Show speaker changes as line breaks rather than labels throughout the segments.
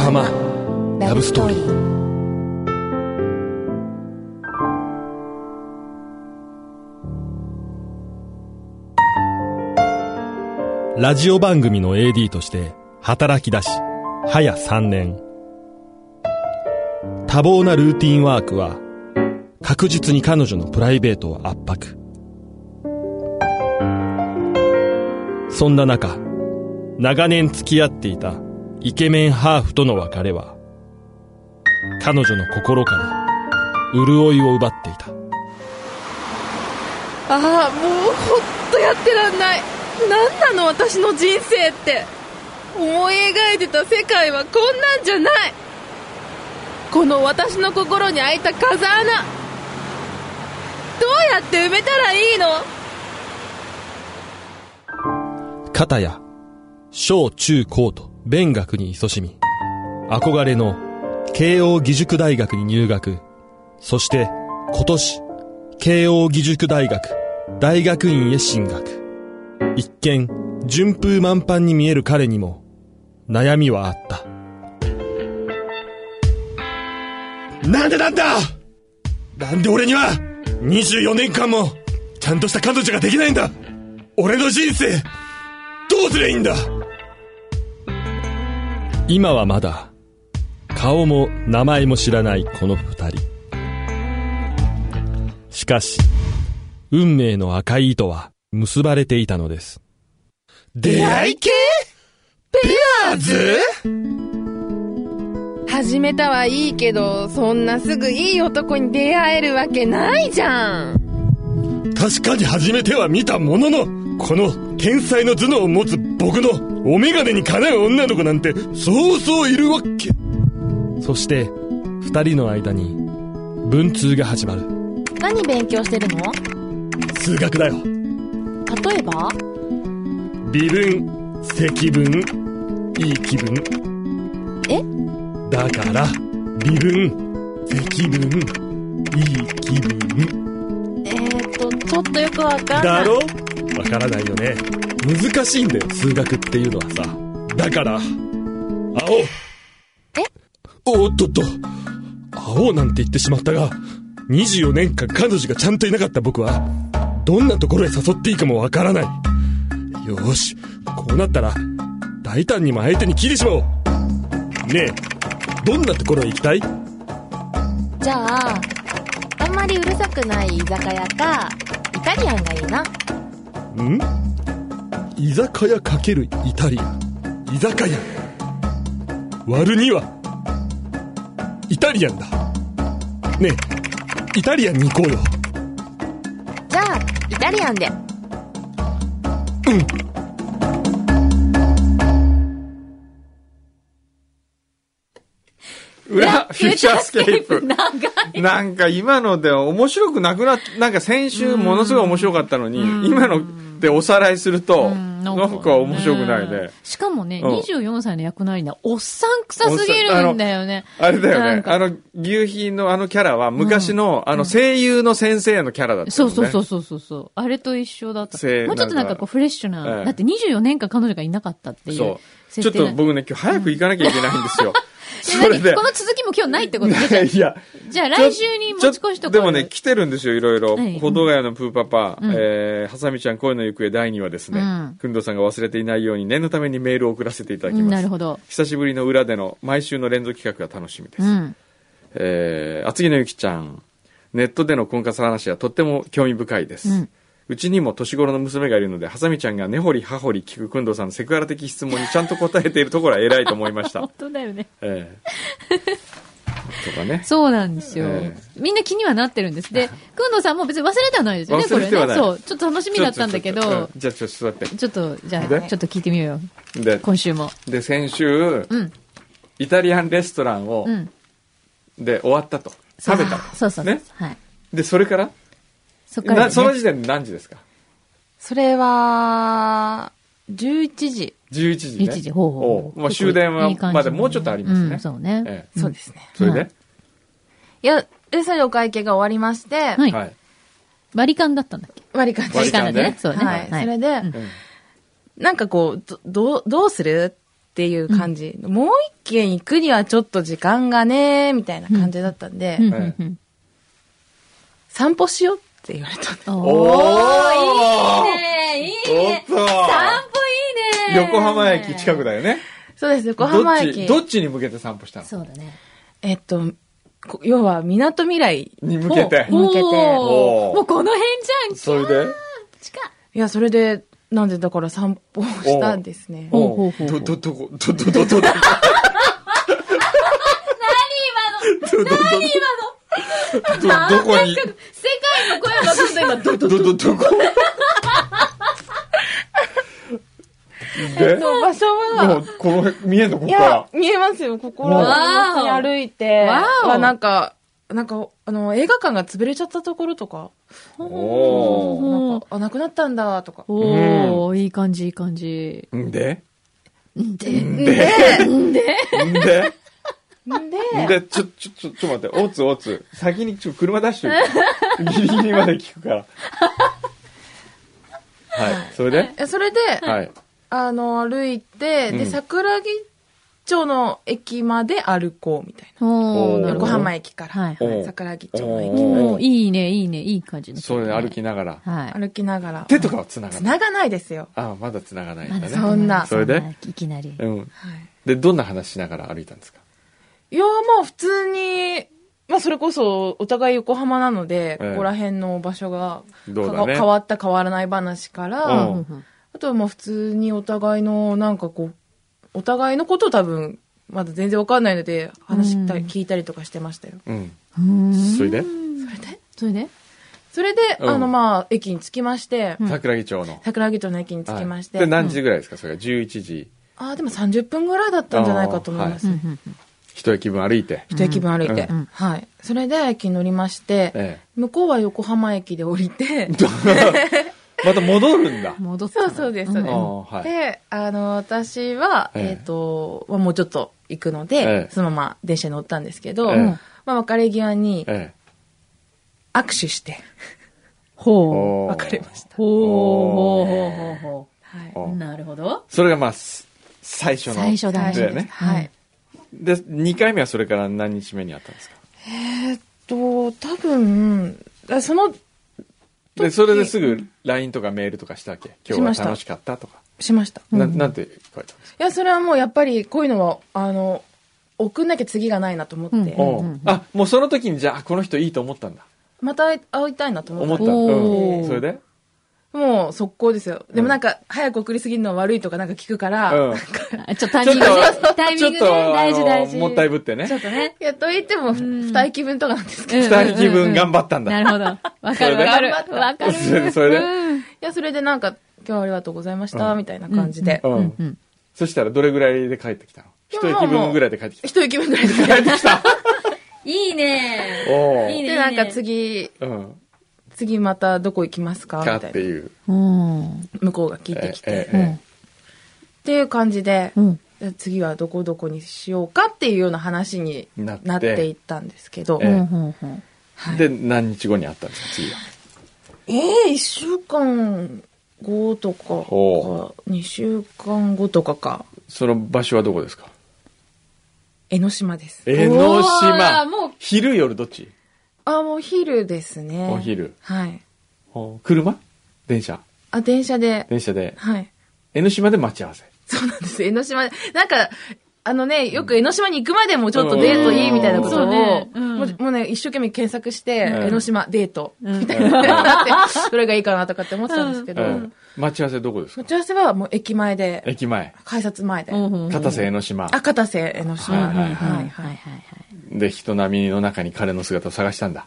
様ラブストーリー
ラジオ番組の AD として働き出し、早3年。多忙なルーティンワークは、確実に彼女のプライベートを圧迫。そんな中、長年付き合っていたイケメンハーフとの別れは、彼女の心から潤いを奪っていた。
ああもうほっとやってらんない何なの私の人生って思い描いてた世界はこんなんじゃないこの私の心に開いた風穴どうやって埋めたらいいの
片や、小中高と勉学に勤しみ、憧れの慶応義塾大学に入学、そして今年、慶応義塾大学大学院へ進学。一見、順風満帆に見える彼にも、悩みはあった。なんでなんだなんで俺には、24年間も、ちゃんとした彼女ができないんだ俺の人生、どうすりゃいいんだ今はまだ、顔も名前も知らないこの二人。しかし、運命の赤い糸は結ばれていたのです。出会い系ペアーズ
始めたはいいけどそんなすぐいい男に出会えるわけないじゃん
確かに初めては見たものの、この天才の頭脳を持つ僕のお眼鏡にかなう女の子なんてそうそういるわけ。そして、二人の間に文通が始まる。
何勉強してるの
数学だよ。
例えば
微分、積分、いい気分。
え
だから、微分、積分、いい気分。
えーと、ちょっとよくわかんな
だ
い。
ろわからないよね。難しいんだよ、数学っていうのはさ。だから、青
え
おっとっと、青なんて言ってしまったが、24年間彼女がちゃんといなかった僕は、どんなところへ誘っていいかもわからない。よーし、こうなったら、大胆にも相手に切りしまおう。ねえ、どんなところへ行きたい
じゃあ、あんまりうるさくない居酒屋か、イタリアンがいいな。
ん居酒屋かけるイタリアン居酒屋割るにはイタリアンだねえイタリアンに行こうよ
じゃあ、イタリアンで。
裏フューチャースケープ。
長
なんか今ので面白くなくなっなんか先週ものすごい面白かったのに、今のでおさらいすると、なんか面白くないで。。
しかもね、
うん
24歳の役なりな、おっさん臭すぎるんだよね。
あれだよ
なん
ね。
か
あの、牛皮のあのキャラは昔の、あの声優の先生のキャラだった、ね。
そうそうそうそうそうそう。あれと一緒だった。
せ
もうちょっとなん
なん
か
か
こうフレッシュな、
ええ
だって24年間彼女がいなかったっていう。
そう。ちょっと僕ね、今日早く行かなきゃいけないんですよ。そ
何
れで
こ。の続きも今日ないってことでし
いや。
ょじゃあ来週に持ち越しとこ
で
うよ
もね、来てるんですよ、いろいろ。
はい
歩道ヶ谷のプーパパ、
ん
えー、はさみちゃん恋の行方第2話ですね。
うん
くんどうさんが忘れていないように念のためにメールを送らせていただきます。
うんなるほど。
久しぶりの裏での毎週の連続企画が楽しみです。
うん。
えー、厚木のゆきちゃん。ネットでの婚活話はとっても興味深いです。う
うん
ちにも年頃の娘がいるので、はさみちゃんが根掘り葉掘り聞くくんどうさんのセクハラ的質問にちゃんと答えているところは偉いと思いまし た
本。当だよね。
えー、とかね。
そうなんですよ、
え
みんな気にはなってるんです。で、くんのさんも別に忘れてはないですよね、こ
忘れ
れ
ては
ね。
ない
そう。ちょっと楽しみだったんだけ
ちょっとちょっ
ど
とう、んじゃあちょっと座って。
ちょっと、じゃあ、
で
ちょっと聞いてみようよ。
で、
今週も。
で先週、
うん。
イタリアンレストランを、
うん。
で終わったと食べたと
そうそうそう。
ね
はい。
でそれから
そっから、
な
ね。
その時点で何時ですか
それは、11時。
11時ね
11時ほうほうほう
おまあ、終電はまだもうちょっとありますね、
うん、そうね。
ええ
そうですね。
それで、
はい
いや、で、それでお会計が終わりまして、
はい。
はい
割り勘だったんだっけ
割り勘
割り
で。
勘でね
そうね。
はい。それで
ん、
なんかこう、どどう、どうするっ
っていう感じ。もう一軒行くにはちょっと時間がね、みたいな感じだったんで、
うんうんうん
散歩しようって言われた。
お
お
ー
いいねいい
おっ
ね
と
散歩いいね
横浜駅近くだよね。
そうです、横浜駅。
どっち、どっちに向けて散歩したの
そうだね
えっと、こ要は、港未来
に向けて
に。向けて。
おー
もうこの辺じ
それで
いや、それで、なんで、だから散歩をしたんですね。
ほうほうほう
ど、ど、どこ、ど、ど、ど、ど、ど、何今の何今のど、どこに、
世界の声は分かんない今ど
ど、ど、どこで、も
の場所は、
う、この辺、見えんのこ
い
こから
や。、見えますよ、ここら
わーお
に歩いて、
わーお
はなんか、なんか、あの、映画館が潰れちゃったところとか、
お
な
うんん
か、あ、なくなったんだ、とか。
おおいい感じいい感じ
ー。んで
んで
んでんでんで
んで、
で、ちょ、ちょ、ちょ、ちょっと待って、おつおつ、先にちょ、車出してるから。ギリギリまで聞くから。はい、それで
えそれで、
はい。
あの、歩いて、
う
で、
ん
桜木町の駅まで歩こう、みたい
おーな
な。
るほ
横
ど
浜駅から、
はい
おう
桜木町の駅ま
お
お
う
ーいいねいいねいい感じの
そうね、歩きながら。
は
で
い
歩きながら。
手とかは繋がない。
繋がないですよ。
ああ、まだ繋がないん
ま
だ
だ
ね。
そんな
それで
いきなり
うん。
はい。
で、どんな話しながら歩いたんですか
いや、まあ普通に、まあそれこそお互い横浜なので、
ええ
ここら辺の場所が、
どうだ
か
ね
変わった変わらない話から、
う
う
んんうん
あとはまあ普通にお互いの、なんかこう、お互いのこと多分、まだ全然わかんないので、話した
う
り、
ん
聞いたりとかしてましたよ。
うん。
うーん
それで
それで
それで
それで、
うん
あのまあ、駅に着きまして、
うん
桜木町の。
桜木町の駅に着きまして、
はいで、何時ぐらいですかそれが11時、
ああ、でも30分ぐらいだったんじゃないかと思います。
うん
一、
うんうん
一駅分歩いて。
駅分歩いて、
うんうん
はい。それで駅に乗りまして、
え
向こうは横浜駅で降りて、
え。また戻るんだ。
戻った
そ
な
うそうです、そう
あ
です。
あ、はい。
で、あの、私は、
ええ
えっ、と、まあもうちょっと行くので、
ええ
そのまま電車に乗ったんですけど、
ええ
まあ別れ際に
ええ。
握手して、
ほう
おー
別れました。
ほ
お
うほうほうほ
はい。
お
うなるほど
それがまあ、す最初の。
最初だ
だよ
ね
ね。
はい。
で、2回目はそれから何日目にあったんですか
と、多分、あその、
で、それですぐ LINE とかメールとかしたわけ。今
しまし
日
た
は楽しかったとか。
しました。
ななんて書いたんですか
いや、それはもうやっぱり、こういうのは、あの、送んなきゃ次がないなと思って、
うん
おうあ、もうその時にじゃあ、この人いいと思ったんだ。
また会いたいなと思
思
っ
ったた。
んで
う
お
ん。
ー
それで
もう速攻ですよ。でもなんか、早く送りすぎるのは悪いとかなんか聞くから、
うん。
あちょっとタイミングねタイミ
ちょ
ン
っ
グね
と、あ
大事大
の、
事
もったいぶって
ちょ
ね。
っとね
い や、と言っても、ふ二人気分とかなんですけ
う
ど。い
ん
二人気分頑張ったん
な
だ。
るほどわかるわかるわか
それで
それで、
る
それで。
や、それでなんか、今日はありがとうございました、
うん
みたいな感じで
う。。
うんん
そしたら、どれぐらいで帰ってきたの
い
一
や
駅分ぐらいで帰って きた。
一息分ぐらいで 帰ってきた。
いいね
おー
いいね
で、なんか次、
うん。
次またどこ行きますかみ
か
た
っ
い
て
な。
いう。
うんうん
向こうが聞いて
え
きて。
え
っ
え
ていう感じで
う、ん
次はどこどこにしようかっていうような話に
なって
なっていったんですけど
え。え
うんうん
は
え
い
で、何日後にあったんですか、次は。
ええ、一週間後とか
お
か、二週間後とかか、
その場所はどこですか
江ノ島です。
江ノ島
おーもう。
昼夜どっち
あ、もう昼ですね。
お昼。
はい。
お車電車
あ、電車で。
電車で。
はい。
江ノ島で待ち合わせ。
そうなんです。江ノ島で。なんか、あのね、よく江ノ島に行くまでもちょっとデートいいみたいなこと
う
を、
んそうねうん
もうもうね、一生懸命検索して、
うん
江ノ島デート、
うん
な って、どれがいいかなとかって思ってたんですけど、
うん待ち合わせどこですか
待ち合わせはもう駅前で、
駅前。
改札前で。
うんうん
片瀬江ノ島。
あ、片瀬江ノ島。
はいはい
は
はいい
は
はいいはい
で、人波の中に彼の姿を探したんだ。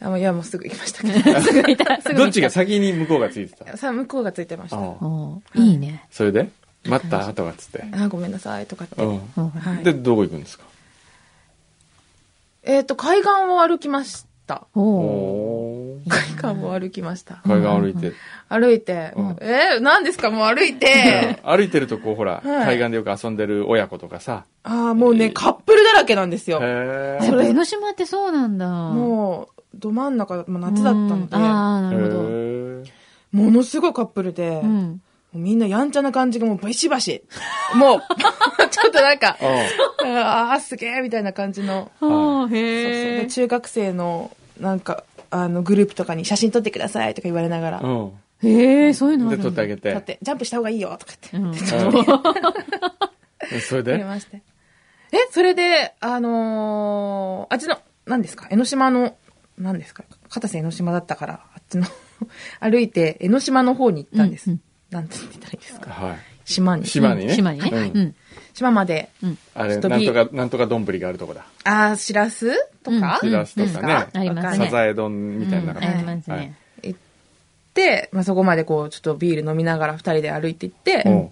あもういや、もうすぐ行きましたけど。すぐいた、すぐ
どっちが先に向こうがついてた
さあ、向こうがついてました。
ああ
おーいいね
それで待った後がつって。
あ、ごめんなさい、とかって。
う
うん
は
ん。
い
で、どこ行くんですか
えっ、と、海岸を歩きました。
おー
おー
海岸を歩きました。
海岸歩いて。
歩いて、
うん。
えー、何ですかもう歩いて
歩いてるとこう、ほら、
はい
海岸でよく遊んでる親子とかさ。
ああ、もうね、カップルだらけなんですよ。
へ
やっぱ江ノ島ってそうなんだ
もう、ど真ん中、まあ夏だったので、
ああーなるほど
ー。
ものすごいカップルで、
うん
うみんなやんちゃな感じがもうバシバシ。もう、 ちょっとなんか、ああ、すげえみたいな感じの。
ああ、
そうそう
へ
で
え。
中学生の、なんか、あの、グループとかに写真撮ってくださいとか言われながら、
うん。
へえ、そういうのあ
で、
るんだ
取ってあげ。
撮ってて、ジャンプした方がいいよとかって
うん
言
うんそれ
われ
で
まして。え、それで、あのーあっちの、何ですか江ノ島の、何ですか片瀬江ノ島だったから、あっちの、 歩いて江ノ島の方に行ったんです。
うんうん
なんて言ったらいいですか
はい。
島に。
島にね。
島にね。
うん
うん。
島まで、
あれ、
ちょっと
なん
び
とか、なんとか丼があるとこだ。
あー、しらすとか、
しらすと
です
か
か
ね。
ありますね
サザエ丼みたいな
う
のが
んあります
は
ね
い。
行って、まあ、そこまでこう、ちょっとビール飲みながら二人で歩いて行って、
おう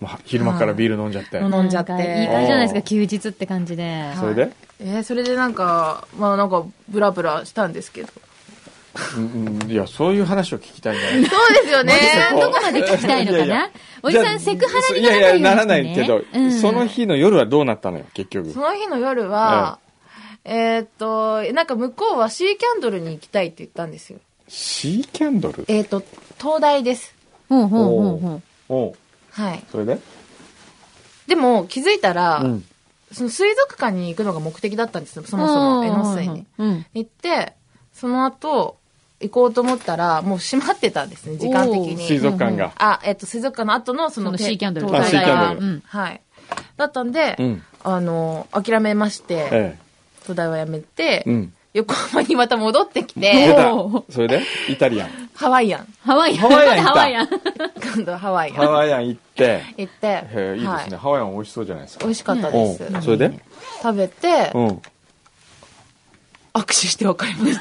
まあ、昼間からビール飲んじゃって。
はい飲んじゃって
なんかいい感じじゃないです
お
か、
ー
休日って感じで。
それで
えーそれでなんか、まあなんか、ブラブラしたんですけ ど。
うんうんいや、そういう話を聞きたいんじゃない
そうですよね。
どこまで聞きたいのか
いやいや
なおじさんセクハラにならない
や
いように
いや、なら
して
ない
ね
けど
う、ん
その日の夜はどうなったのよ、結局
そ。の日の夜は、えーっと、なんか向こうはシーキャンドルに行きたいって言ったんですよ。
シーキャンドル
えーっと、東大です。
ほうほうほうほう。
おう
はい。
それで
でも気づいたら、
うん。
その水族館に行くのが目的だったんですよ、そもそも、江ノ水に。
うん。
行って、その後、行こうと思ったら、もう閉まってたんですね、時間的
おー
水
に。
族館が。
あ、えーっと、水族館の後のそ
そ
の
の
て
シーキャンドル
東大が
あシーキャンド
ルうん
はい。だったんで、
うん。
あの、諦めまして、
え
東大はやめて、
え。うん。
横浜にまた戻ってき
出
て、
た
お。
それでイタリアン。
ハワイアン。
ハワイアン。
ハワイアン行った
ハワイアン。
今度はハワイアン
ハ。ワイアン行って。
行って、
へえ、いいですね。
は
ハワイアン美味しそうじゃないです
い、美
か。
味しかった
お
で
う
す、
それで
食べて、
うん。
握手して別れました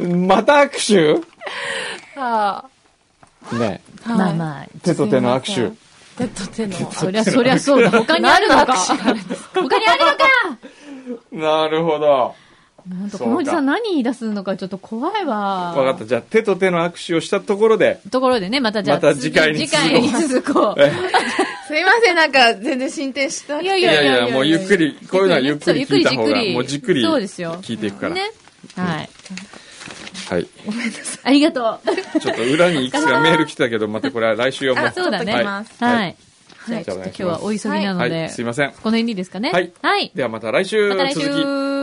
また握
は
手ね
あ
まあ
あ
まあ。
手と手の握 手。
手と手の
そりゃそりゃそうだ。他にあるのか。他にあるのか。
なるほど。
本当このおじさん何言い出すのかちょっと怖いわ。
わかった。じゃあ、手と手の握手をしたところで、
ところでね、またじゃあ、
また次回に
次回に続こ
え
すいませんなんか全然進展した
う。いやい
い
や
や
い
い
や
や、もうゆっくり、こういうのはゆっくり聞いた方
そう
が
ゆっくりじっく、り
もうじっくり
そうですよ
聞いていくから。
ね。はい。
はい。
ありがとう。
ちょっと裏にいくつかメール来たけど、またこれは来週読もう。
そうだね。は
は
いい。
はい
じゃあ、ちょっと今日はお急ぎなの
は
で
い、、すいません。
この辺でいいですかね。
はい
はい。
ではまた来週、
また来週
続き。